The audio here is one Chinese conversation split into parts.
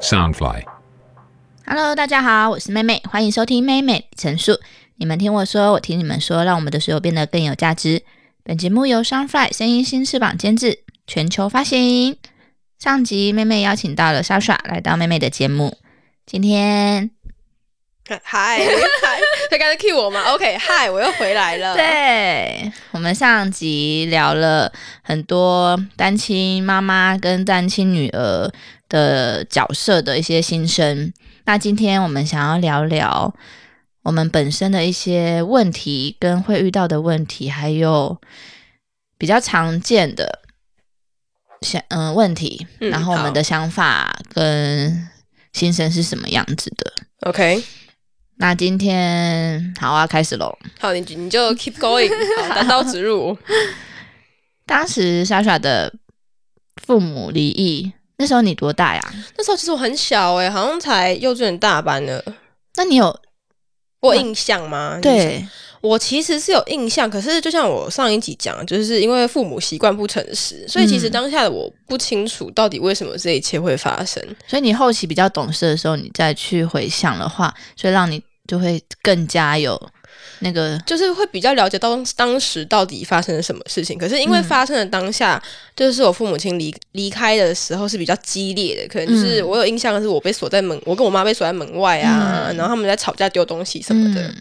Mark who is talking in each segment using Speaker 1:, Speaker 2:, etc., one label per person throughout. Speaker 1: Soundfly.
Speaker 2: Hello，大家好，我是妹妹，欢迎收听妹妹陈述。你们听我说，我听你们说，让我们的所有变得更有价值。本节目由 Sunfly 声音新翅膀监制，全球发行。上集妹妹邀请到了莎莎来到妹妹的节目，今天
Speaker 3: 嗨嗨， 他刚才 cue 我嘛？OK，嗨，我又回来了。
Speaker 2: 对我们上集聊了很多单亲妈妈跟单亲女儿的角色的一些心声。那今天我们想要聊聊我们本身的一些问题，跟会遇到的问题，还有比较常见的想嗯、问题，
Speaker 3: 嗯
Speaker 2: 然后我们
Speaker 3: 好
Speaker 2: 的想法跟心声是什么样子的。
Speaker 3: OK，
Speaker 2: 那今天好啊，开始喽。
Speaker 3: 好，你你就 keep going，好，单刀直入。
Speaker 2: 当时莎莎的父母离异，那时候你多大呀？
Speaker 3: 那时候其实我很小哎、好像才幼稚园大班呢。
Speaker 2: 那你有
Speaker 3: 我有印象吗？，
Speaker 2: 嗯对
Speaker 3: 我其实是有印象，可是就像我上一集讲，就是因为父母习惯不诚实，所以其实
Speaker 2: 嗯
Speaker 3: 当下的我不清楚到底为什么这一切会发生。
Speaker 2: 所以你后期比较懂事的时候，你再去回想的话，所以让你就会更加有那个
Speaker 3: 就是会比较了解当当时到底发生了什么事情。可是因为
Speaker 2: 嗯
Speaker 3: 发生的当下，就是我父母亲离离开的时候是比较激烈的，可能就是
Speaker 2: 嗯
Speaker 3: 我有印象的是我被锁在门，我跟我妈被锁在门外啊，
Speaker 2: 嗯
Speaker 3: 然后他们在吵架丢东西什么的。
Speaker 2: 嗯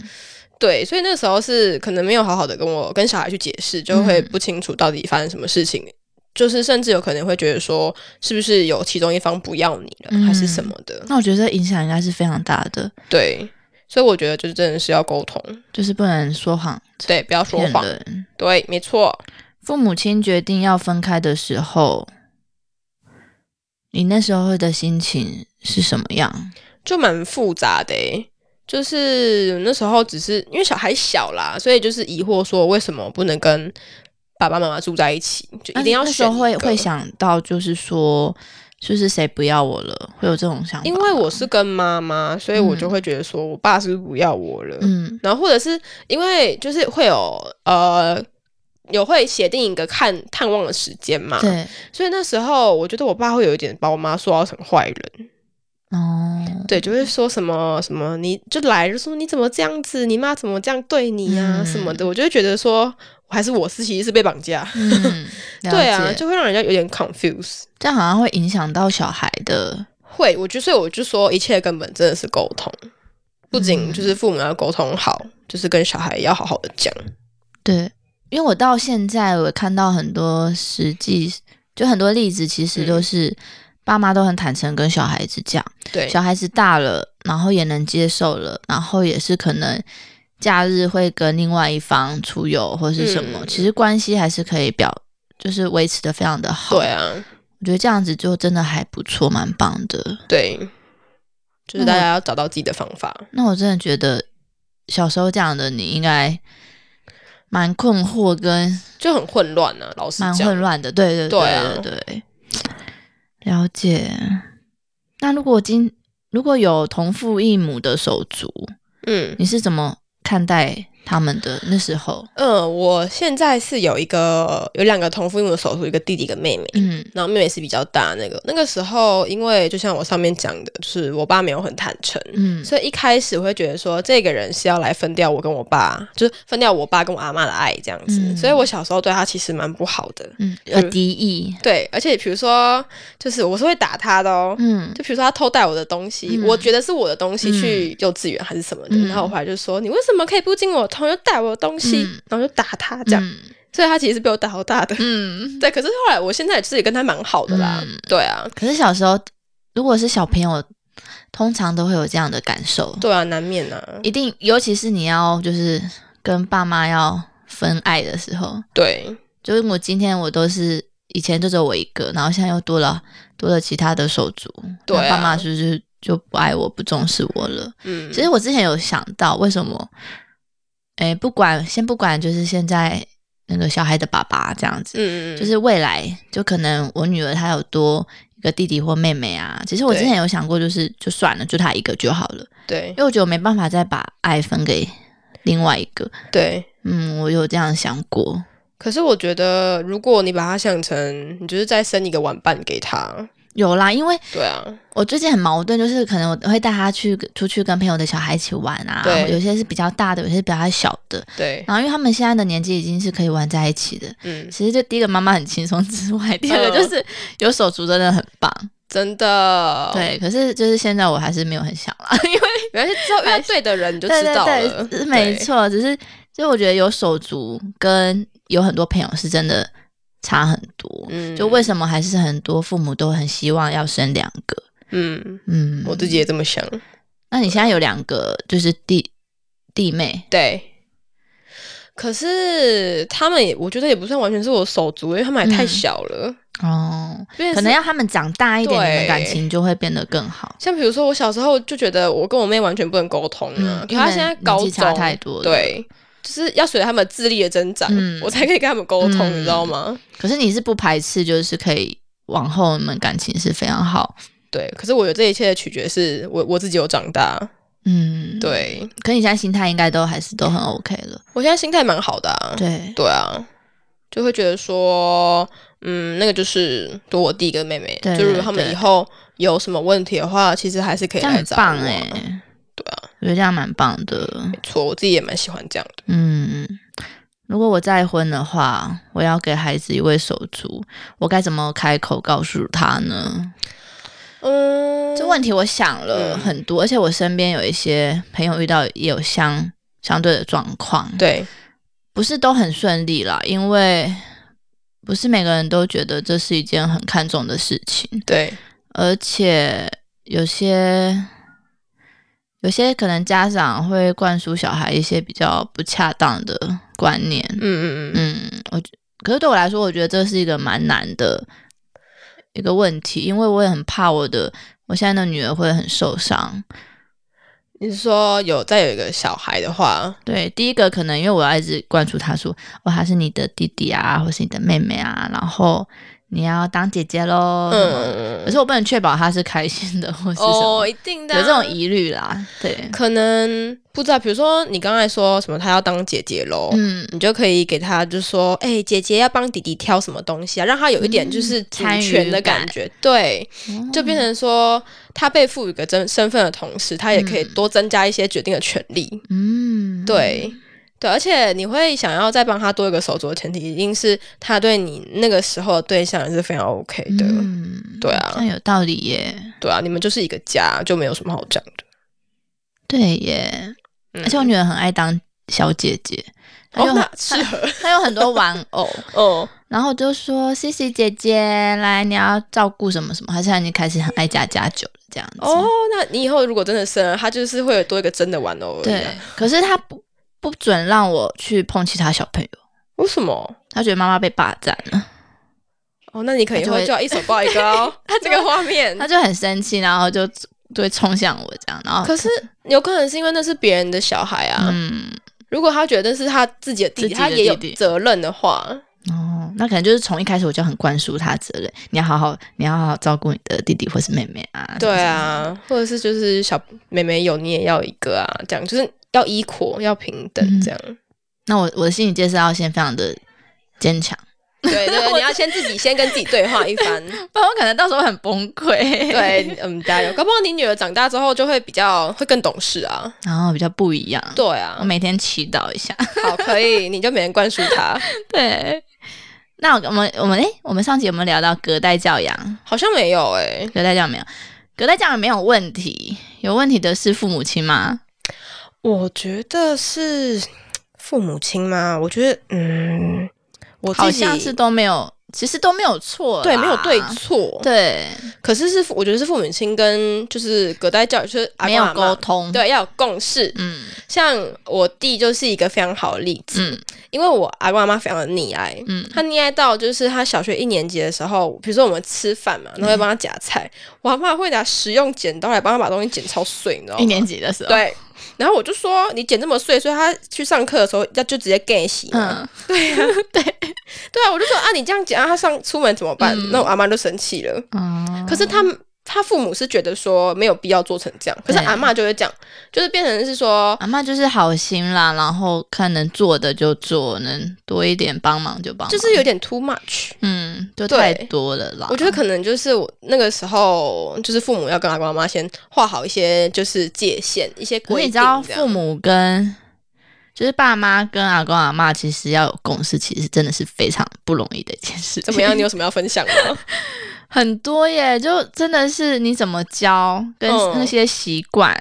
Speaker 3: 对，所以那个时候是可能没有好好的跟我跟小孩去解释，就会不清楚到底发生什么事情。就是甚至有可能会觉得说，是不是有其中一方不要你了，
Speaker 2: 嗯
Speaker 3: 还是什么的？
Speaker 2: 那我觉得影响应该是非常大的，
Speaker 3: 对，所以我觉得就是真的是要沟通，
Speaker 2: 就是不能说谎、
Speaker 3: 对，不要说
Speaker 2: 骗
Speaker 3: 谎，
Speaker 2: 人。
Speaker 3: 对，没错。
Speaker 2: 父母亲决定要分开的时候，你那时候的心情是什么样？
Speaker 3: 就蛮复杂的、欸。就是那时候只是因为小孩小啦，所以就是疑惑说为什么不能跟爸爸妈妈住在一起，就一定要
Speaker 2: 啊那时
Speaker 3: 选
Speaker 2: 候会
Speaker 3: 一个
Speaker 2: 会，想到，就是说，就是谁不要我了，会有这种想法吗。
Speaker 3: 因为我是跟妈妈，所以我就会觉得说我爸是不是不要我了？
Speaker 2: 嗯
Speaker 3: 然后或者是因为就是会有呃有会写定一个看探望的时间嘛，
Speaker 2: 对
Speaker 3: 所以那时候我觉得我爸会有一点把我妈说到成坏人。
Speaker 2: 哦，
Speaker 3: 对，就会说什么什么，你就来就说你怎么这样子，你妈怎么这样对你呀、
Speaker 2: 嗯
Speaker 3: 什么的，我就会觉得说，还是我是其实是被绑架，
Speaker 2: 嗯，了
Speaker 3: 对啊，
Speaker 2: 解
Speaker 3: 就会让人家有点 confuse。
Speaker 2: 这样好像会影响到小孩的，
Speaker 3: 会，我就所以我就说，一切根本真的是沟通，不仅
Speaker 2: 嗯
Speaker 3: 就是父母要沟通好，就是跟小孩也要好好的讲。
Speaker 2: 对，因为我到现在我看到很多实际，就很多例子，其实
Speaker 3: 嗯
Speaker 2: 都是爸妈都很坦诚跟小孩子讲，
Speaker 3: 对，
Speaker 2: 小孩子大了，然后也能接受了，然后也是可能假日会跟另外一方出游或是什么，
Speaker 3: 嗯
Speaker 2: 其实关系还是可以表，就是维持的非常的好。
Speaker 3: 对，啊，
Speaker 2: 我觉得这样子就真的还不错，蛮棒的。
Speaker 3: 对，就
Speaker 2: 嗯
Speaker 3: 是大家要找到自己的方法。
Speaker 2: 那我真的觉得小时候这样的你应该蛮困惑跟
Speaker 3: 就很混乱啊，老实
Speaker 2: 蛮
Speaker 3: 讲，
Speaker 2: 混乱的，对对
Speaker 3: 对啊
Speaker 2: 对对对，了解。那如果今如果有同父异母的手足，
Speaker 3: 嗯，
Speaker 2: 你是怎么看待他们的那时候？
Speaker 3: 嗯，我现在是有一个有两个同父异母的手足，一个弟弟，一个妹妹。
Speaker 2: 嗯
Speaker 3: 然后妹妹是比较大那个，那个时候因为就像我上面讲的，就是我爸没有很坦诚，
Speaker 2: 嗯
Speaker 3: 所以一开始我会觉得说这个人是要来分掉我跟我爸，就是分掉我爸跟我阿妈的爱这样子。
Speaker 2: 嗯
Speaker 3: 所以我小时候对他其实蛮不好的，
Speaker 2: 嗯，有敌意，
Speaker 3: 对，而且比如说就是我是会打他的哦，
Speaker 2: 嗯
Speaker 3: 就比如说他偷带我的东西，
Speaker 2: 嗯
Speaker 3: 我觉得是我的东西去幼稚园还是什么的，
Speaker 2: 嗯
Speaker 3: 然后我后来就说你为什么可以不经我同意就带我的东西，
Speaker 2: 嗯
Speaker 3: 然后就打他这样，所以他其实是被我打好大的。
Speaker 2: 嗯。嗯
Speaker 3: 对，可是后来我现在自己跟他蛮好的啦，
Speaker 2: 嗯
Speaker 3: 对啊，
Speaker 2: 可是小时候，如果是小朋友，通常都会有这样的感受。
Speaker 3: 对啊，难免啊，
Speaker 2: 一定，尤其是你要就是跟爸妈要分爱的时候，
Speaker 3: 对，
Speaker 2: 就是我今天我都是以前就只有我一个，然后现在又多了多了其他的手足，
Speaker 3: 对啊
Speaker 2: 那爸妈是不是就不爱我、不重视我了？
Speaker 3: 嗯，
Speaker 2: 其实我之前有想到为什么，哎，不管先不管，就是现在那个小孩的爸爸这样子，
Speaker 3: 嗯，嗯
Speaker 2: 就是未来就可能我女儿她有多。一个弟弟或妹妹啊，其实我之
Speaker 3: 对
Speaker 2: 前有想过，就是就算了，就她一个就好了。
Speaker 3: 对
Speaker 2: 因为我觉得我没办法再把爱分给另外一个。
Speaker 3: 对。
Speaker 2: 嗯，我有这样想过。
Speaker 3: 可是我觉得，如果你把他想成，你就是再生一个玩伴给他，
Speaker 2: 有啦，因为
Speaker 3: 对啊，
Speaker 2: 我最近很矛盾，就是可能我会带他去出去跟朋友的小孩一起玩啊，
Speaker 3: 对
Speaker 2: 有些是比较大的，有些是比较小的。
Speaker 3: 对，
Speaker 2: 然后因为他们现在的年纪已经是可以玩在一起的，
Speaker 3: 嗯，
Speaker 2: 其实就第一个妈妈很轻松之外，第二个
Speaker 3: 嗯
Speaker 2: 就是有手足真的很棒。
Speaker 3: 真的，，
Speaker 2: 对，可是就是现在我还是没有很想啦，因为
Speaker 3: 原来是知道遇到对的人你就知 道
Speaker 2: 对
Speaker 3: 了
Speaker 2: 对，对，是没
Speaker 3: 对，
Speaker 2: 错，只是就我觉得有手足跟有很多朋友是真的差很多。
Speaker 3: 嗯
Speaker 2: 就为什么还是很多父母都很希望要生两个？
Speaker 3: 嗯，
Speaker 2: 嗯，
Speaker 3: 我自己也这么想，
Speaker 2: 那你现在有两个就是弟弟妹，
Speaker 3: 对。可是他们也，我觉得也不算完全是我手足，因为他们也太
Speaker 2: 嗯
Speaker 3: 小了，
Speaker 2: 哦，
Speaker 3: 因为
Speaker 2: 可
Speaker 3: 是
Speaker 2: 能要他们长大一点，
Speaker 3: 对
Speaker 2: 你们感情就会变得更好。
Speaker 3: 像比如说，我小时候就觉得我跟我妹完全不能沟通啊，
Speaker 2: 嗯
Speaker 3: 可她现在高
Speaker 2: 因为年纪
Speaker 3: 中
Speaker 2: 差太多了
Speaker 3: 对，就是要随着他们智力的增长，
Speaker 2: 嗯
Speaker 3: 我才可以跟他们沟通，
Speaker 2: 嗯
Speaker 3: 你知道吗？
Speaker 2: 可是你是不排斥，就是可以往后你们感情是非常好。
Speaker 3: 对，可是我有这一切的取决是我我自己有长大，
Speaker 2: 嗯，。
Speaker 3: 对嗯
Speaker 2: 可你现在心态应该都还是都很 OK 了。
Speaker 3: 我现在心态蛮好的、啊，
Speaker 2: 对，
Speaker 3: 对啊，就会觉得说，嗯，那个就是多我弟跟妹妹，
Speaker 2: 对
Speaker 3: 就如果他们
Speaker 2: 对
Speaker 3: 以后有什么问题的话，其实还是可以
Speaker 2: 这样
Speaker 3: 来
Speaker 2: 很
Speaker 3: 找我啊、
Speaker 2: 棒哎、
Speaker 3: 对啊，
Speaker 2: 我觉得这样蛮棒的。
Speaker 3: 没错，我自己也蛮喜欢这样的，
Speaker 2: 嗯，如果我再婚的话，我要给孩子一位手足，我该怎么开口告诉他呢？
Speaker 3: 嗯，
Speaker 2: 这问题我想了
Speaker 3: 嗯
Speaker 2: 很多，而且我身边有一些朋友遇到也有相相对的状况，，
Speaker 3: 对，
Speaker 2: 不是都很顺利啦，因为不是每个人都觉得这是一件很看重的事情，
Speaker 3: 对，
Speaker 2: 而且有些有些可能家长会灌输小孩一些比较不恰当的观念，
Speaker 3: 嗯嗯嗯，
Speaker 2: 嗯，我觉可是对我来说，我觉得这是一个蛮难的一个问题，因为我也很怕我的我现在的女儿会很受伤。
Speaker 3: 你是说有再有一个小孩的话，
Speaker 2: 对，第一个可能因为我要一直灌输她说，哦，她是你的弟弟啊，或是你的妹妹啊，然后你要当姐姐喽。嗯，可
Speaker 3: 嗯，
Speaker 2: 是我不能确保她是开心的或是什么，
Speaker 3: 哦，一定的啊，
Speaker 2: 有这种疑虑啦。对，
Speaker 3: 可能不知道，比如说你刚才说什么，他要当姐姐喽，
Speaker 2: 嗯，
Speaker 3: 你就可以给他就说，哎、姐姐要帮弟弟挑什么东西啊，让他有一点就是主
Speaker 2: 嗯参与
Speaker 3: 权的
Speaker 2: 感嗯
Speaker 3: 感觉，对，就变成说他被赋予一个真身份的同时，他也可以多增加一些决定的权利，
Speaker 2: 嗯，
Speaker 3: 对。对，而且你会想要再帮他多一个手镯的前提，一定是他对你那个时候的对象也是非常 OK 的。
Speaker 2: 嗯，
Speaker 3: 对啊
Speaker 2: 这样有道理耶，
Speaker 3: 对啊，你们就是一个家，就没有什么好讲的。
Speaker 2: 对耶。
Speaker 3: 嗯
Speaker 2: 而且我女儿很爱当小姐姐，她
Speaker 3: 哦
Speaker 2: 有，很、
Speaker 3: 那适合
Speaker 2: 她有很多玩偶，
Speaker 3: 哦，
Speaker 2: 然后我就说：“西西姐姐，来，你要照顾什么什么？”她现在已经开始很爱家家酒了，这样子。
Speaker 3: 哦，那你以后如果真的生了，他就是会有多一个真的玩偶而已
Speaker 2: 对
Speaker 3: 啊。，
Speaker 2: 可是她不不准让我去碰其他小朋友，
Speaker 3: 为什么？
Speaker 2: 她觉得妈妈被霸占了，
Speaker 3: 哦，那你可能以后
Speaker 2: 他就会
Speaker 3: 就要一手抱一个 哦。这个画面
Speaker 2: 她，就很生气，然后就就会冲向我这样，然后
Speaker 3: 可是有可能是因为那是别人的小孩啊。
Speaker 2: 嗯，
Speaker 3: 如果他觉得是他自己的弟
Speaker 2: 自己
Speaker 3: 弟，嗯
Speaker 2: 的
Speaker 3: 他也有
Speaker 2: 弟弟
Speaker 3: 责任的话，
Speaker 2: 哦，那可能就是从一开始我就很灌输她之类，你要好好，你要好好照顾你的弟弟或是妹妹啊。
Speaker 3: 对
Speaker 2: 什么什么什么，
Speaker 3: 啊，或者是就是小妹妹有你也要一个啊，这样就是要 equal 要平
Speaker 2: 嗯
Speaker 3: 等这样。
Speaker 2: 那我我的心理建设要先非常的坚 强。
Speaker 3: 对对，对你要先自己先跟自己对话一番。
Speaker 2: 不然我可能到时候很崩溃。，
Speaker 3: 对，嗯，加油！搞不好你女儿长大之后就会比较会更懂事啊。
Speaker 2: 然后比较不一样。
Speaker 3: 对
Speaker 2: 我
Speaker 3: 啊，
Speaker 2: 每天祈祷一下。
Speaker 3: 好，可以，你就每天灌输她。
Speaker 2: 对，那我们我们诶，我们上集有没有聊到隔代教养？
Speaker 3: 好像没有欸诶、
Speaker 2: 隔代教养没有，隔代教养没有问题，有问题的是父母亲吗？
Speaker 3: 我觉得是父母亲吗？我觉得，嗯，我自己
Speaker 2: 好像是都没有，其实都没有错啦，
Speaker 3: 对，没有对错，，
Speaker 2: 对，
Speaker 3: 可是是父我觉得是父母亲跟就是隔代教育，就是阿
Speaker 2: 没
Speaker 3: 公
Speaker 2: 有
Speaker 3: 阿嬷
Speaker 2: 沟，通。，
Speaker 3: 对，要有共识。
Speaker 2: 嗯
Speaker 3: 像我弟就是一个非常好的例子，
Speaker 2: 嗯
Speaker 3: 因为我阿公阿妈非常的溺爱，
Speaker 2: 嗯，
Speaker 3: 他溺爱到就是他小学一年级的时候，比如说我们吃饭
Speaker 2: 嗯
Speaker 3: 嘛，然后会帮他夹菜，我阿妈会拿食用剪刀来帮他把东西剪超碎，你知道吗？
Speaker 2: 一年级的时候，，
Speaker 3: 对，然后我就说你剪这么碎，所以他去上课的时候要就直接 get 洗嘛。
Speaker 2: 嗯，
Speaker 3: 对啊，我就说啊，你这样剪，啊、他上出门怎么办？
Speaker 2: 嗯
Speaker 3: 那我阿妈就生气了。
Speaker 2: 哦
Speaker 3: 可是他们他父母是觉得说没有必要做成这样，可是
Speaker 2: 对哦
Speaker 3: 阿妈就会这样，就是变成是说，
Speaker 2: 阿妈就是好心啦，然后看能做的就做，能多一点帮忙就帮忙，
Speaker 3: 就是有点 too much。
Speaker 2: 嗯，就
Speaker 3: 对
Speaker 2: 太多了啦。
Speaker 3: 我觉得可能就是我那个时候，就是父母要跟阿公阿妈先画好一些就是界限、一些
Speaker 2: 可
Speaker 3: 规
Speaker 2: 是
Speaker 3: 定
Speaker 2: 你知
Speaker 3: 这
Speaker 2: 道
Speaker 3: 样。
Speaker 2: 父母跟就是爸妈跟阿公阿妈，其实要有共识，其实真的是非常不容易的一件事情。
Speaker 3: 怎么样？你有什么要分享 吗？
Speaker 2: 很多耶，就真的是你怎么教跟
Speaker 3: 嗯
Speaker 2: 那些习惯，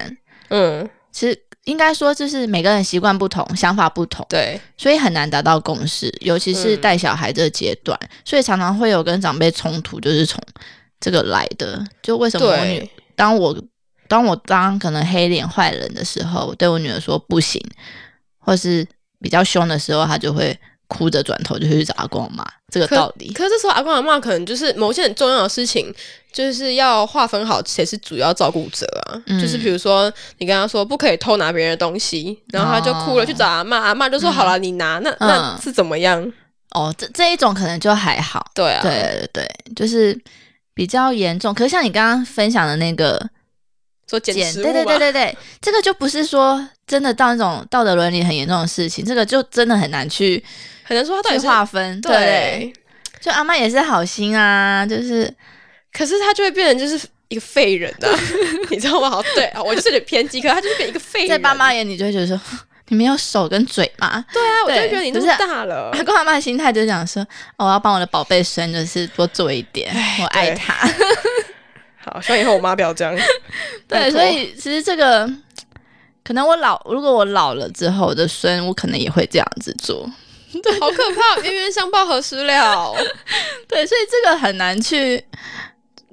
Speaker 3: 嗯，
Speaker 2: 其实应该说就是每个人习惯不同，想法不同，
Speaker 3: 对，
Speaker 2: 所以很难达到共识，尤其是
Speaker 3: 嗯
Speaker 2: 带小孩这个阶段，所以常常会有跟长辈冲突，就是从这个来的。就为什么我女
Speaker 3: 对，
Speaker 2: 当我当我当可能黑脸坏人的时候，对我女儿说不行，或是比较凶的时候，她就会哭着转头就去找阿公阿妈，这个道理。
Speaker 3: 可是这时候阿公阿妈可能就是某些很重要的事情，就是要划分好谁是主要照顾者啊。
Speaker 2: 嗯
Speaker 3: 就是比如说你跟他说不可以偷拿别人的东西，然后他就哭了、
Speaker 2: 哦
Speaker 3: 去找阿妈，阿妈就说、好了，你拿，那那
Speaker 2: 嗯
Speaker 3: 是怎么样？
Speaker 2: 哦，这这一种可能就还好。
Speaker 3: 对啊，
Speaker 2: 对对对，就是比较严重。可是像你刚刚分享的那个
Speaker 3: 说捡
Speaker 2: 捡，
Speaker 3: 食物
Speaker 2: 对
Speaker 3: 啊
Speaker 2: 对
Speaker 3: 嘛
Speaker 2: 对对对，这个就不是说真的到那种道德伦理很严重的事情，这个就真的很难去
Speaker 3: 很难说他到
Speaker 2: 去
Speaker 3: 底是
Speaker 2: 划分。对，
Speaker 3: 对，
Speaker 2: 就阿妈也是好心啊，就是
Speaker 3: 可是他就会变成就是一个废人的、 你知道吗？好，对啊，我就是有点偏激，可他就是变一个废人。
Speaker 2: 在爸妈眼里就会觉得说， 你没有手跟嘴嘛。
Speaker 3: 对啊，我就
Speaker 2: 对
Speaker 3: 觉得你那
Speaker 2: 可
Speaker 3: 么
Speaker 2: 是
Speaker 3: 大了，
Speaker 2: 阿公阿妈的心态就想说，哦我要帮我的宝贝孙，就是多做一点，我爱
Speaker 3: 对
Speaker 2: 他。
Speaker 3: 好，希望以后我妈不要这 样。拜
Speaker 2: 对，
Speaker 3: 托
Speaker 2: 所以其实这个可能我老，如果我老了之后我的孙，我可能也会这样子做。
Speaker 3: 好可怕，冤冤相报何时 了？
Speaker 2: 对，所以这个很难去，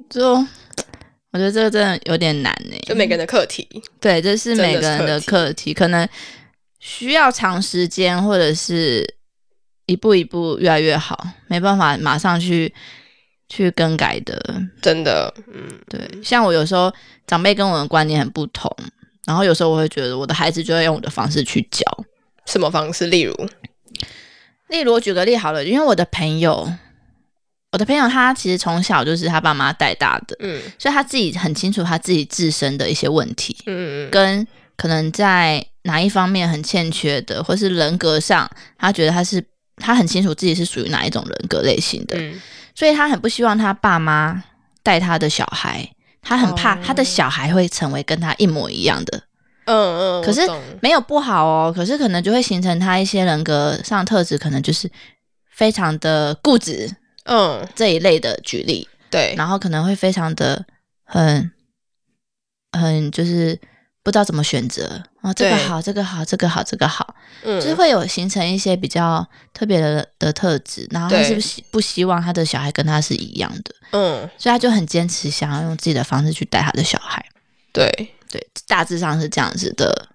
Speaker 2: 就我觉得这个真的有点难呢、
Speaker 3: 就每个人的课题，
Speaker 2: 对，这是每个人的课题，可能需要长时间，或者是一步一步越来越好，没办法马上去去更改的。
Speaker 3: 真的，嗯，
Speaker 2: 对，像我有时候长辈跟我的观念很不同，然后有时候我会觉得我的孩子就会用我的方式去教。
Speaker 3: 什么方式？例如，
Speaker 2: 例如我举个例好了，因为我的朋友，我的朋友他其实从小就是他爸妈带大的，
Speaker 3: 嗯
Speaker 2: 所以他自己很清楚他自己自身的一些问题，
Speaker 3: 嗯嗯
Speaker 2: 跟可能在哪一方面很欠缺的，或是人格上，他觉得他是他很清楚自己是属于哪一种人格类型的，
Speaker 3: 嗯，
Speaker 2: 所以他很不希望他爸妈带他的小孩，他很怕
Speaker 3: 哦
Speaker 2: 他的小孩会成为跟他一模一样的，
Speaker 3: 嗯嗯，
Speaker 2: 可是
Speaker 3: 我懂
Speaker 2: 没有不好哦，可是可能就会形成他一些人格上特质，可能就是非常的固执
Speaker 3: 嗯，
Speaker 2: 这一类的举例，
Speaker 3: 对，
Speaker 2: 然后可能会非常的很很就是不知道怎么选择啊、哦，这个
Speaker 3: 对
Speaker 2: 好，这个好，这个好，这个好，
Speaker 3: 嗯
Speaker 2: 就是会有形成一些比较特别的的特质，然后他
Speaker 3: 对
Speaker 2: 是不是不希望他的小孩跟他是一样的，
Speaker 3: 嗯，
Speaker 2: 所以他就很坚持想要用自己的方式去带他的小孩，
Speaker 3: 对，
Speaker 2: 对，大致上是这样子的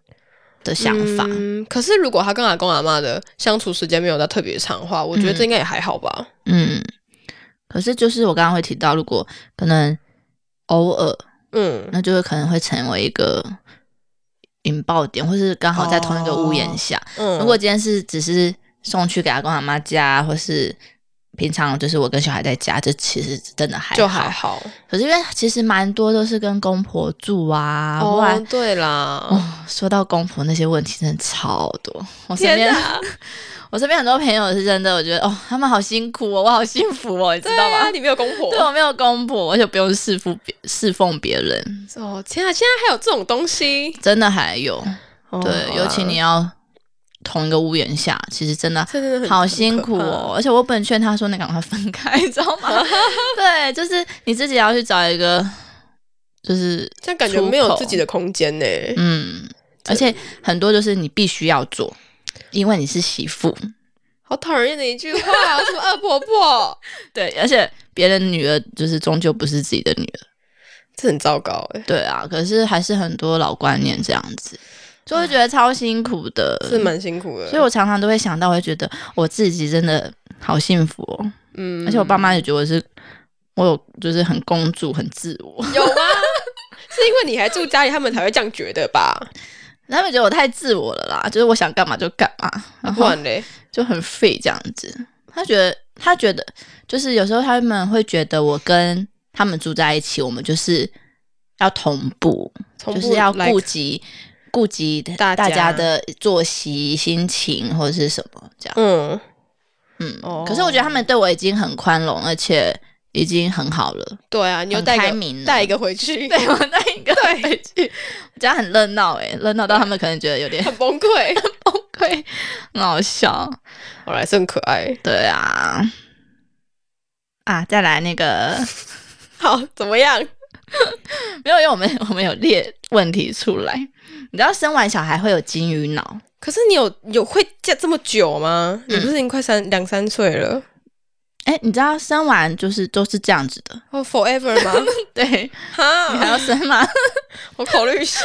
Speaker 2: 的想法，
Speaker 3: 嗯，可是如果他跟阿公阿妈的相处时间没有到特别长的话，我觉得这应该也还好吧。
Speaker 2: 嗯，可是就是我刚刚会提到，如果可能偶尔
Speaker 3: 嗯，
Speaker 2: 那就是可能会成为一个引爆点，或是刚好在同一个屋檐下。
Speaker 3: 嗯
Speaker 2: 如果今天是只是送去给阿公阿妈家，或是平常就是我跟小孩在家，这其实真的还好
Speaker 3: 就还。好，
Speaker 2: 可是因为其实蛮多都是跟公婆住啊，不
Speaker 3: 哦
Speaker 2: 然，。
Speaker 3: 对啦，
Speaker 2: 哦，说到公婆那些问题，真的超多。我身边，
Speaker 3: 哪，啊
Speaker 2: 我身边很多朋友是真的，我觉得哦，他们好辛苦哦，我好幸福哦，你知
Speaker 3: 对
Speaker 2: 道吗
Speaker 3: 啊，？你没有公婆
Speaker 2: 对，我没有公婆，而且不用侍奉别侍奉别人，
Speaker 3: 哦，天啊，现在还有这种东西，
Speaker 2: 真的还有。
Speaker 3: 哦
Speaker 2: 对，尤其你要同一个屋檐下，其实真的
Speaker 3: 这真的很
Speaker 2: 好辛苦。
Speaker 3: 很可
Speaker 2: 哦。而且我本劝他说：“你赶快分开，你知道 吗？”对，就是你自己要去找一个，就是
Speaker 3: 怕这样感觉没有自己的空间呢。
Speaker 2: 嗯，而且很多就是你必须要做，因为你是媳妇。
Speaker 3: 好讨人厌的一句话，什么恶婆 婆，
Speaker 2: 对，而且别人的女儿就是终究不是自己的女儿。
Speaker 3: 这很糟糕哎，
Speaker 2: 对啊，可是还是很多老观念这样子，就会觉得超辛苦的。
Speaker 3: 是蛮辛苦的。
Speaker 2: 所以，我常常都会想到，我会觉得我自己真的好幸福哦。
Speaker 3: 嗯
Speaker 2: 而且我爸妈也觉得我是，我有就是很公主，很自我，
Speaker 3: 有吗？是因为你还住家里，他们才会这样觉得吧？
Speaker 2: 他们觉得我太自我了啦，就是我想干嘛就干嘛，然
Speaker 3: 不
Speaker 2: 后
Speaker 3: 然嘞，
Speaker 2: 就很废这样子。他觉得，他觉得就是有时候他们会觉得我跟他们住在一起，我们就是要同步，
Speaker 3: 从
Speaker 2: 就
Speaker 3: 不
Speaker 2: 是要
Speaker 3: 来
Speaker 2: 顾及顾及
Speaker 3: 大
Speaker 2: 大
Speaker 3: 家
Speaker 2: 家的作息、心情或者是什么这样。
Speaker 3: 嗯，
Speaker 2: 嗯，
Speaker 3: 哦
Speaker 2: 可是我觉得他们对我已经很宽容，而且已经很好了。
Speaker 3: 对啊，你就
Speaker 2: 很
Speaker 3: 带
Speaker 2: 开
Speaker 3: 一
Speaker 2: 明
Speaker 3: 个
Speaker 2: 了
Speaker 3: 带一个回 去，
Speaker 2: 对我那一个回去，我觉得很热闹诶，热闹到他们可能觉得有 点
Speaker 3: 很崩溃。
Speaker 2: 崩溃，很好笑。
Speaker 3: 好来是很可爱。
Speaker 2: 对啊，啊，再来那个
Speaker 3: 好，怎么样？
Speaker 2: 没有，因为我们我们有列问题出来。你知道生完小孩会有金鱼脑？
Speaker 3: 可是你有有会嫁这么久吗？
Speaker 2: 嗯
Speaker 3: 你不是已经快三两三岁 了？
Speaker 2: 哎，你知道生完就是都是这样子的，
Speaker 3: 哦、f o r e v e r 吗？
Speaker 2: 对，你还
Speaker 3: 哈，
Speaker 2: 要生吗？
Speaker 3: 我考虑一下。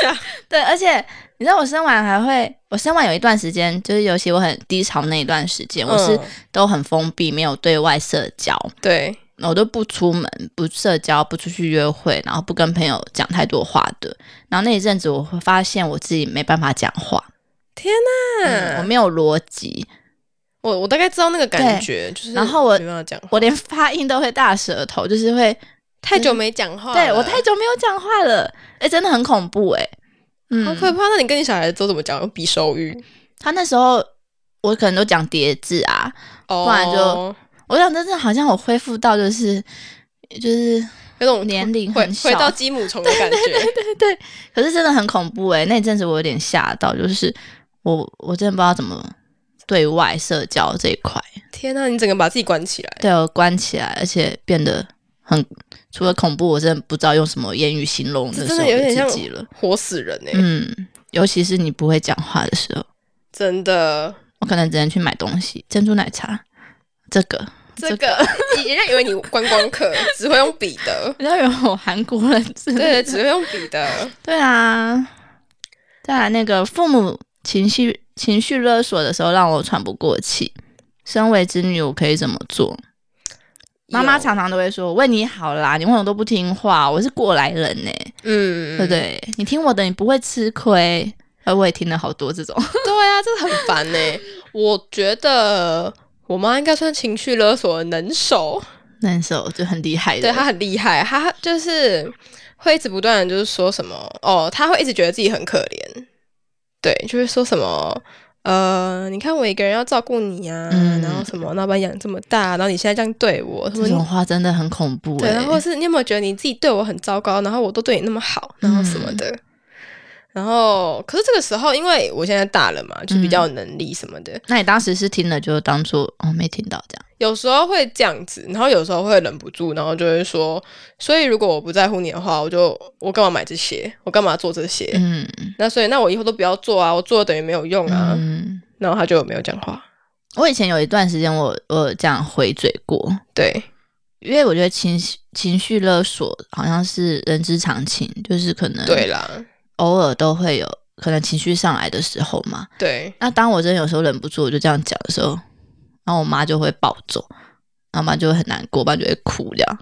Speaker 2: 对，而且你知道我生完还会，我生完有一段时间，就是尤其我很低潮那一段时 间，我是
Speaker 3: 嗯
Speaker 2: 都很封闭，没有对外社交，
Speaker 3: 对，
Speaker 2: 我都不出门、不社交、不出去约会，然后不跟朋友讲太多话的。然后那一阵子，我会发现我自己没办法讲话，
Speaker 3: 天哪、
Speaker 2: 嗯，我没有逻辑，
Speaker 3: 我我大概知道那个感觉，就是
Speaker 2: 然后我
Speaker 3: 没办法讲话，
Speaker 2: 我连发音都会大舌头，就是会，
Speaker 3: 太久没讲话了，
Speaker 2: 嗯对我太久没有讲话了，哎、真的很恐怖哎、嗯，
Speaker 3: 好可怕。那你跟你小孩都怎么讲？用匕首语，
Speaker 2: 他那时候我可能都讲叠字啊，
Speaker 3: 哦
Speaker 2: 不然就我想，真的好像我恢复到就是就是，
Speaker 3: 有种
Speaker 2: 年龄
Speaker 3: 回
Speaker 2: 很小
Speaker 3: 回到鸡母虫的感觉。
Speaker 2: 可是真的很恐怖诶、欸那一阵子我有点吓到，就是我我真的不知道怎么对外社交这一块，
Speaker 3: 天哪、你整个把自己关起来，
Speaker 2: 对我关起来，而且变得很除了恐怖，我真的不知道用什么言语形容
Speaker 3: 这
Speaker 2: 那
Speaker 3: 真
Speaker 2: 时
Speaker 3: 的
Speaker 2: 候
Speaker 3: 有点像
Speaker 2: 自己了。
Speaker 3: 活死人哎、
Speaker 2: 嗯，尤其是你不会讲话的时候，
Speaker 3: 真的。
Speaker 2: 我可能只能去买东西，珍珠奶茶这个。
Speaker 3: 这个人家以为你观光客，只会用笔的，
Speaker 2: 人家有韩国人之 类的
Speaker 3: 对，只会用笔的。
Speaker 2: 对啊，再来那个父母情绪情绪勒索的时候，让我喘不过气。身为子女，我可以怎么做？ 妈妈
Speaker 3: 有
Speaker 2: 常常都会说：“我为你好啦，你为什么都不听话？我是过来人呢、
Speaker 3: 嗯
Speaker 2: 对不对？你听我的，你不会吃亏。”呃，我也听了好多这种，
Speaker 3: 对啊，这很烦呢、 我觉得我妈应该算情绪勒索的能 手，
Speaker 2: 那时候就很厉害的。
Speaker 3: 对她很厉害，她就是会一直不断的就是说什么哦，她会一直觉得自己很可怜，对，就是说什么。呃，你看我一个人要照顾你啊，
Speaker 2: 嗯
Speaker 3: 然后什么，老板养这么大，然后你现在这样对我，什么
Speaker 2: 这种话真的很恐怖、
Speaker 3: 对，
Speaker 2: 欸。
Speaker 3: 然后是你有没有觉得你自己对我很糟糕，然后我都对你那么好，然后什
Speaker 2: 嗯
Speaker 3: 么的，然后可是这个时候，因为我现在大了嘛，就比
Speaker 2: 嗯
Speaker 3: 较有能力什么的，
Speaker 2: 那你当时是听了就当做哦没听到这样？
Speaker 3: 有时候会这样子，然后有时候会忍不住，然后就会说，所以如果我不在乎你的话，我就我干嘛买这些，我干嘛做这些？
Speaker 2: 嗯
Speaker 3: 那所以那我以后都不要做啊，我做了等于没有用啊。
Speaker 2: 嗯，
Speaker 3: 然后他就没有讲话，
Speaker 2: 我以前有一段时间我我有这样回嘴过，
Speaker 3: 对，
Speaker 2: 因为我觉得情绪情绪勒索好像是人之常情，就是可能
Speaker 3: 对啦，
Speaker 2: 偶尔都会有可能情绪上来的时候嘛。
Speaker 3: 对，
Speaker 2: 那当我真的有时候忍不住我就这样讲的时候，然后我妈就会暴走，然后我妈就会很难过，我妈就会哭这样。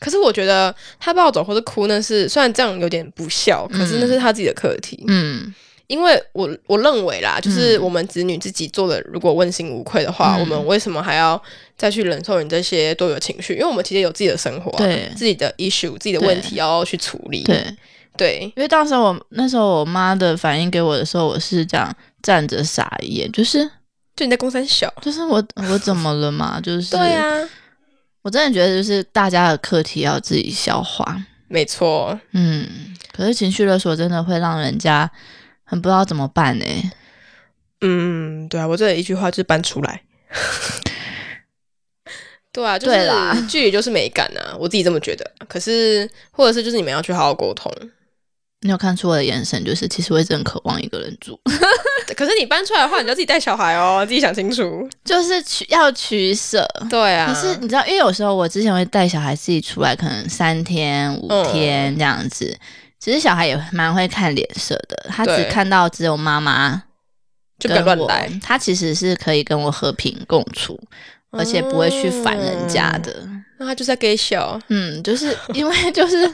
Speaker 3: 可是我觉得他暴走或者哭那是虽然这样有点不孝，可是那是他自己的课题。
Speaker 2: 嗯
Speaker 3: 因为我我认为啦，就是
Speaker 2: 嗯
Speaker 3: 我们子女自己做的，如果问心无愧的话，
Speaker 2: 嗯
Speaker 3: 我们为什么还要再去忍受你这些多余的情绪？因为我们其实有自己的生活啊、
Speaker 2: 对
Speaker 3: 自己的 issue、自己的问题要去处理。
Speaker 2: 对，
Speaker 3: 对
Speaker 2: 因为当时候我那时候我妈的反应给我的时候，我是这样站着傻眼，就是
Speaker 3: 就你在公山小，
Speaker 2: 就是我我怎么了嘛？就是
Speaker 3: 对啊，
Speaker 2: 我真的觉得就是大家的课题要自己消化。
Speaker 3: 没错，
Speaker 2: 嗯，可是情绪勒索真的会让人家很不知道怎么办欸呢、
Speaker 3: 嗯，对啊，我这里一句话就是搬出来。 对啊，就是
Speaker 2: 对啦
Speaker 3: 距离就是美感啊，我自己这么觉得。可是，或者是就是你们要去好好沟通。
Speaker 2: 你有看出我的眼神，就是其实我一直很渴望一个人住，
Speaker 3: 可是你搬出来的话，你就自己带小孩哦，自己想清楚。
Speaker 2: 就是取要取舍。
Speaker 3: 对啊，
Speaker 2: 可是你知道，因为有时候我之前会带小孩自己出来，可能三天五
Speaker 3: 嗯
Speaker 2: 天这样子。其实小孩也蛮会看脸色的，他只
Speaker 3: 对
Speaker 2: 看到只有妈妈
Speaker 3: 就不要
Speaker 2: 跟
Speaker 3: 乱
Speaker 2: 我
Speaker 3: 来，，
Speaker 2: 他其实是可以跟我和平共处，而且不会去烦人家的。
Speaker 3: 那他就是在给小，
Speaker 2: 嗯，就是因为就是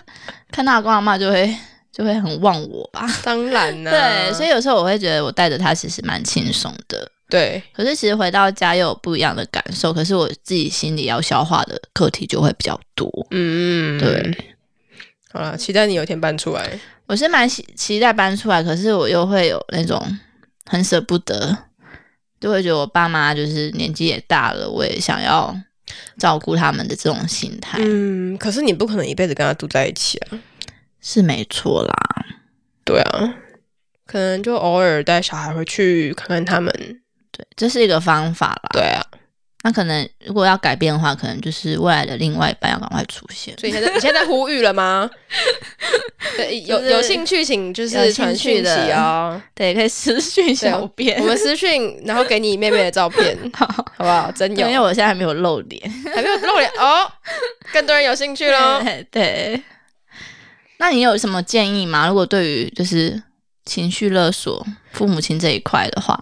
Speaker 2: 看到阿公阿妈就会就会很忘我吧。
Speaker 3: 当然啊啦、
Speaker 2: 对，所以
Speaker 3: 以
Speaker 2: 有时候我会觉得我带着他其实蛮轻松的，
Speaker 3: 对
Speaker 2: 可是其实回到家又有不一样的感受，可是我自己心里要消化的课题就会比较多。
Speaker 3: 嗯，
Speaker 2: 对，
Speaker 3: 好了，期待你有一天搬出来。
Speaker 2: 我是蛮期期待搬出来，可是我又会有那种很舍不得，就会觉得我爸妈就是年纪也大了，我也想要照顾他们的这种心态、
Speaker 3: 嗯，可是你不可能一辈子跟他住在一起啊。
Speaker 2: 是没错啦。
Speaker 3: 对啊，可能就偶尔带小孩回去看看他们。
Speaker 2: 对，这是一个方法啦。
Speaker 3: 对啊，
Speaker 2: 那可能如果要改变的话，可能就是未来的另外一半要赶快出现。
Speaker 3: 所以你现在你现在在呼吁了吗？ 对，有
Speaker 2: 就是
Speaker 3: 有兴趣请就
Speaker 2: 有
Speaker 3: 是
Speaker 2: 兴
Speaker 3: 传
Speaker 2: 趣
Speaker 3: 讯息
Speaker 2: 的
Speaker 3: 哦。
Speaker 2: 对，可以私讯小编。
Speaker 3: 我们私讯，然后给你妹妹的照片，
Speaker 2: 好，
Speaker 3: 好不好？真
Speaker 2: 因
Speaker 3: 有
Speaker 2: 为，我现在还没有露脸。
Speaker 3: 还没有露脸哦，更多人有兴趣 喽。
Speaker 2: 对对。那你有什么建议吗？如果对于就是情绪勒索父母亲这一块的话，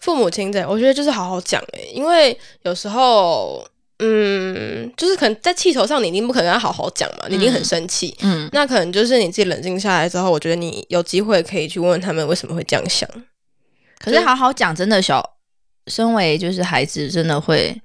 Speaker 3: 父母亲这，我觉得就是好好讲诶、因为有时候，嗯，就是可能在气头上，你一定不可能跟他好好讲嘛，你一定很生气。
Speaker 2: 嗯，
Speaker 3: 那可能就是你自己冷静下来之后，我觉得你有机会可以去问问他们为什么会这样想。
Speaker 2: 可是好好讲，真的小，身为就是孩子，真的会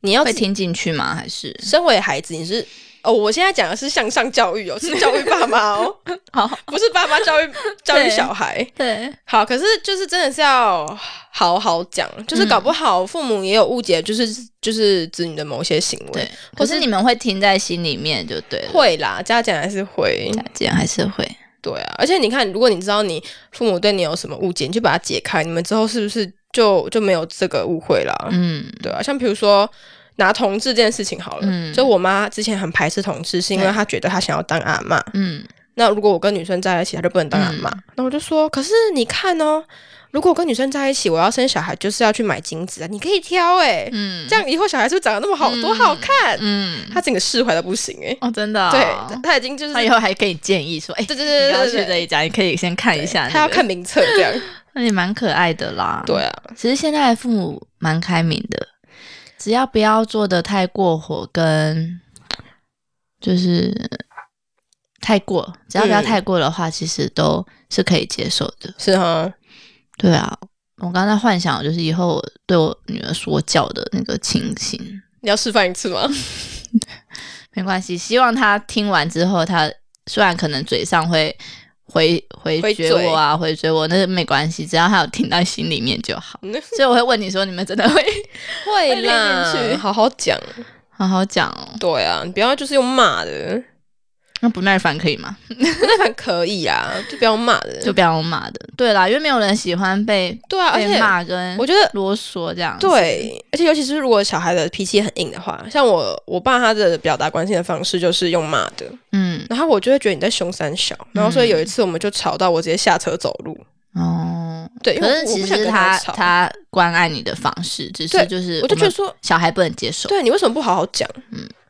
Speaker 3: 你要
Speaker 2: 会
Speaker 3: 自己
Speaker 2: 听进去吗？还是
Speaker 3: 身为孩子，你是哦，我现在讲的是向上教育哦， 是教育爸妈 哦，
Speaker 2: 好
Speaker 3: 不是爸妈教育教育
Speaker 2: 对
Speaker 3: 小孩。
Speaker 2: 对
Speaker 3: 好，可是就是真的是要好好讲，就是搞不好父母也有误解，就是就是子女的某些行为
Speaker 2: 对，，可是你们会听在心里面就对了，
Speaker 3: 会啦，家长还是会，
Speaker 2: 这样还是会
Speaker 3: 对啊。而且你看，如果你知道你父母对你有什么误解，你就把它解开，你们之后是不是就就没有这个误会啦？
Speaker 2: 嗯
Speaker 3: 对啊，像比如说拿同志这件事情好了，
Speaker 2: 嗯
Speaker 3: 就我妈之前很排斥同志，是因为
Speaker 2: 对
Speaker 3: 她觉得她想要当阿嬷。
Speaker 2: 嗯
Speaker 3: 那如果我跟女生在一起，她就不能当阿嬷。那我就说，可是你看哦，如果我跟女生在一起，我要生小孩就是要去买精子啊，你可以挑哎、
Speaker 2: 嗯
Speaker 3: 这样以后小孩是不是长得那么好，多好看？
Speaker 2: 嗯，
Speaker 3: 她整个释怀的不行哎、
Speaker 2: 哦真的哦、
Speaker 3: 对，她已经就是
Speaker 2: 他以后还可以建议说，哎、
Speaker 3: 对对
Speaker 2: 你
Speaker 3: 对
Speaker 2: 要
Speaker 3: 对
Speaker 2: 去
Speaker 3: 对
Speaker 2: 这
Speaker 3: 对，
Speaker 2: 一家，你可以先看一下、那个
Speaker 3: 他要看，名册这样。
Speaker 2: 那也蛮可爱的啦。
Speaker 3: 对，啊，
Speaker 2: 其实现在的父母蛮开明的，只要不要做的太过火，跟就是太过，只要不要
Speaker 3: 嗯
Speaker 2: 太过的话，其实都是可以接受的。
Speaker 3: 是哈，
Speaker 2: 对啊，我刚才幻想就是以后我对我女儿说教的那个情形，
Speaker 3: 你要示范一次吗？
Speaker 2: 没关系，希望她听完之后，她虽然可能嘴上会。回回
Speaker 3: 回
Speaker 2: 绝
Speaker 3: 嘴
Speaker 2: 我啊，回绝我，那是没关系，只要她有听到心里面就 好。所以我会问你说，你们真的 会
Speaker 3: 会
Speaker 2: 啦
Speaker 3: 好好讲。
Speaker 2: 好好讲哦？
Speaker 3: 对啊，你不要就是用骂的，
Speaker 2: 那不耐烦可以吗？
Speaker 3: 那反可以啊，就不要骂的。
Speaker 2: 就不要骂的。对啦，因为没有人喜欢被
Speaker 3: 对啊，而
Speaker 2: 被
Speaker 3: 且
Speaker 2: 骂跟
Speaker 3: 我觉得
Speaker 2: 啰嗦这样。，
Speaker 3: 对，而且尤其是如果小孩的脾气很硬的话，像我我爸他的表达关心的方式就是用骂的，
Speaker 2: 嗯，
Speaker 3: 然后我就会觉得你在凶三小，然后所以有一次我们就吵到我直接下车走路。
Speaker 2: 哦，
Speaker 3: 对，因
Speaker 2: 可
Speaker 3: 为
Speaker 2: 是
Speaker 3: 我我
Speaker 2: 其
Speaker 3: 不想
Speaker 2: 实
Speaker 3: 跟
Speaker 2: 他
Speaker 3: 吵，
Speaker 2: 他关爱你的方式，只是
Speaker 3: 对
Speaker 2: 就是
Speaker 3: 我就觉得
Speaker 2: 们
Speaker 3: 说，
Speaker 2: 小孩不能接受。
Speaker 3: 对你为什么不好好讲？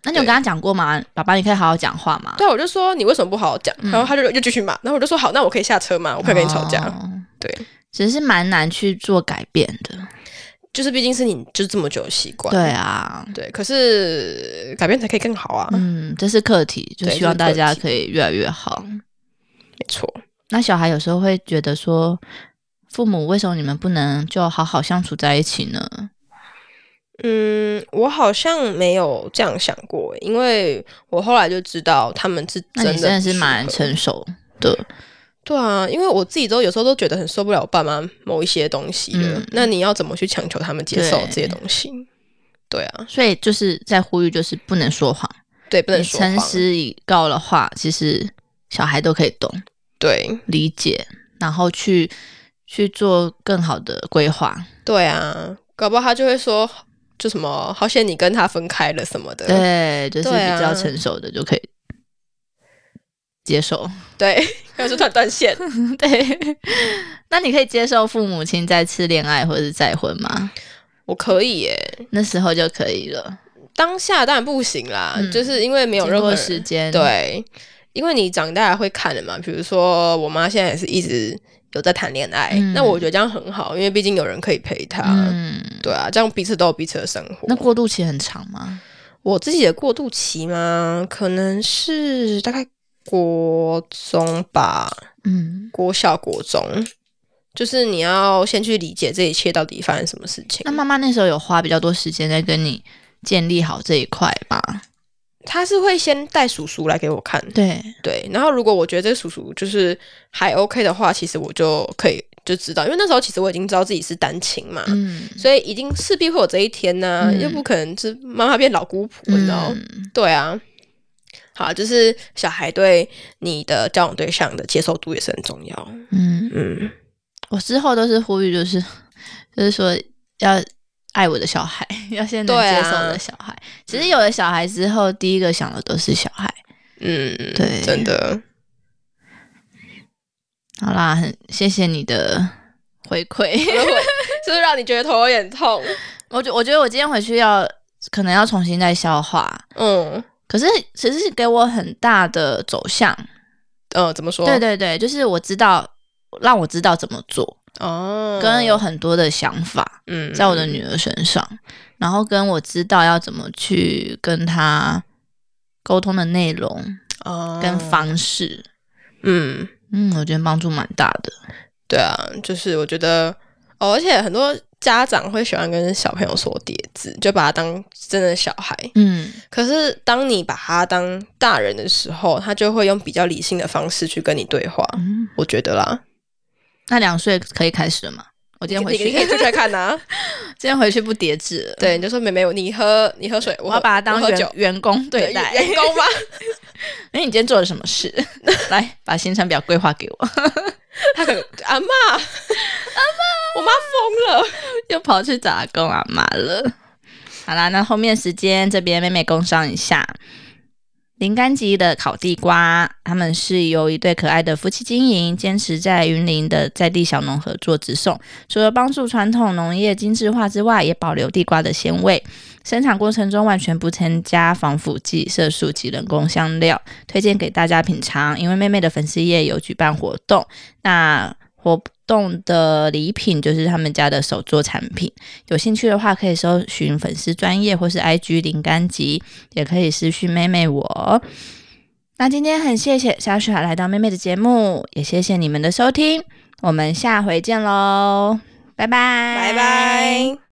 Speaker 2: 那你有跟
Speaker 3: 对
Speaker 2: 他讲过吗？爸爸，你可以好好讲话吗？
Speaker 3: 对啊，我就说你为什么不好好讲？然
Speaker 2: 嗯
Speaker 3: 后他就又继续骂，然后我就说好，那我可以下车吗？我
Speaker 2: 我
Speaker 3: 可以跟你吵
Speaker 2: 哦
Speaker 3: 架。对，
Speaker 2: 只是蛮难去做改变的。
Speaker 3: 就是毕竟是你就是这么久的习惯。
Speaker 2: 对啊，
Speaker 3: 对，可是改变才可以更好啊，
Speaker 2: 嗯，这是课题，就
Speaker 3: 对
Speaker 2: 希望大家
Speaker 3: 这是课
Speaker 2: 可以越来越好。
Speaker 3: 没错。
Speaker 2: 那小孩有时候会觉得说，父母为什么你们不能就好好相处在一起呢？
Speaker 3: 嗯，我好像没有这样想过，因为我后来就知道他们是
Speaker 2: 那
Speaker 3: 真的
Speaker 2: 你真的是
Speaker 3: 不适
Speaker 2: 蛮
Speaker 3: 合
Speaker 2: 成熟的，
Speaker 3: 对啊，因为我自己都有时候都觉得很受不了我爸妈某一些东西了。
Speaker 2: 嗯
Speaker 3: 那你要怎么去强求他们接受
Speaker 2: 对
Speaker 3: 这些东西？对啊，
Speaker 2: 所以就是在呼吁，就是不能说谎，
Speaker 3: 对，不能
Speaker 2: 你
Speaker 3: 说谎啊
Speaker 2: 诚。实以告的话，其实小孩都可以懂
Speaker 3: 对
Speaker 2: 理解，然后去去做更好的规划。
Speaker 3: 对啊，搞不好他就会说，就什么好险你跟他分开了什么的。
Speaker 2: 对，就是
Speaker 3: 对啊
Speaker 2: 比较成熟的就可以接 受。
Speaker 3: 对，还有说断断线，
Speaker 2: 对， 那你可以接受父母亲再次恋爱或者是再婚吗？
Speaker 3: 我可以耶。
Speaker 2: 那时候就可以了，
Speaker 3: 当下当然不行啦，
Speaker 2: 嗯
Speaker 3: 就是因为没有
Speaker 2: 经
Speaker 3: 任何
Speaker 2: 过
Speaker 3: 人
Speaker 2: 时间，，
Speaker 3: 对，因为你长大会看的嘛。比如说，我妈现在也是一直有在谈恋爱，
Speaker 2: 嗯
Speaker 3: 那我觉得这样很好，因为毕竟有人可以陪她。
Speaker 2: 嗯，
Speaker 3: 对啊，这样彼此都有彼此的生活。
Speaker 2: 那过渡期很长吗？
Speaker 3: 我自己的过渡期嘛，可能是大概国中吧，
Speaker 2: 嗯，
Speaker 3: 国小、国中，就是你要先去理解这一切到底发生什么事情
Speaker 2: 那。妈妈那时候有花比较多时间在跟你建立好这一块吧？
Speaker 3: 他是会先带叔叔来给我看，
Speaker 2: 对，
Speaker 3: 对，然后如果我觉得这个叔叔就是还 OK 的话，其实我就可以就知道，因为那时候其实我已经知道自己是单亲嘛，
Speaker 2: 嗯，
Speaker 3: 所以一定势必会有这一天呐、
Speaker 2: 嗯
Speaker 3: 又不可能是妈妈变老姑婆，你知道？
Speaker 2: 嗯
Speaker 3: 对啊。好，就是小孩对你的交往对象的接受度也是很重要。
Speaker 2: 嗯，
Speaker 3: 嗯，
Speaker 2: 我之后都是呼吁，就是就是说要爱我的小孩， 要先能
Speaker 3: 对
Speaker 2: 接
Speaker 3: 啊
Speaker 2: 受我的小孩。其实有了小孩之后，第一个想的都是小孩。
Speaker 3: 嗯，
Speaker 2: 对
Speaker 3: 真的，
Speaker 2: 好啦，很谢谢你的回馈。
Speaker 3: 是不是让你觉得头有点痛？
Speaker 2: 我觉我觉得我今天回去要可能要重新再消化，
Speaker 3: 嗯，
Speaker 2: 可是其实是给我很大的走向。
Speaker 3: 呃，怎么说？
Speaker 2: 对对对，就是我知道让我知道怎么做，
Speaker 3: 哦，
Speaker 2: 跟有很多的想法
Speaker 3: 嗯，
Speaker 2: 在我的女儿身上，然后跟我知道要怎么去跟她沟通的内容
Speaker 3: 哦
Speaker 2: 跟方式。
Speaker 3: 嗯，
Speaker 2: 嗯，我觉得帮助蛮大的。
Speaker 3: 对啊，就是我觉得哦，而且很多家长会喜欢跟小朋友说叠字，就把他当真的小孩。
Speaker 2: 嗯
Speaker 3: 可是当你把他当大人的时候，他就会用比较理性的方式去跟你对话。
Speaker 2: 嗯，
Speaker 3: 我觉得啦，
Speaker 2: 那两岁可以开始了吗？我今天回
Speaker 3: 你
Speaker 2: 去，
Speaker 3: 你可以出去看呐、
Speaker 2: 今天回去不叠字了。
Speaker 3: 对，你就说妹妹，你喝你喝水，我
Speaker 2: 我要把他当
Speaker 3: 喝我喝
Speaker 2: 员
Speaker 3: 酒
Speaker 2: 员工对待。
Speaker 3: 员工吧。
Speaker 2: 哎，你今天做了什么事？ 来，把行程表规划给我。
Speaker 3: 他可能阿妈，阿妈，我妈疯了。
Speaker 2: 又跑去打工阿妈了。好啦，那后面时间这边妹妹工商一下，林甘吉的烤地瓜，他们是由一对可爱的夫妻经营，坚持在云林的在地小农合作直送。除了帮助传统农业精致化之外，也保留地瓜的鲜味。生产过程中完全不添加防腐剂、色素及人工香料，推荐给大家品尝。因为妹妹的粉丝页有举办活动，那活动的礼品就是他们家的手作产品。有兴趣的话，可以搜寻粉丝专业或是 IG 林甘吉，也可以私讯妹妹我。那今天很谢谢小雪来到妹妹的节目，也谢谢你们的收听，我们下回见喽，拜拜，
Speaker 3: 拜拜。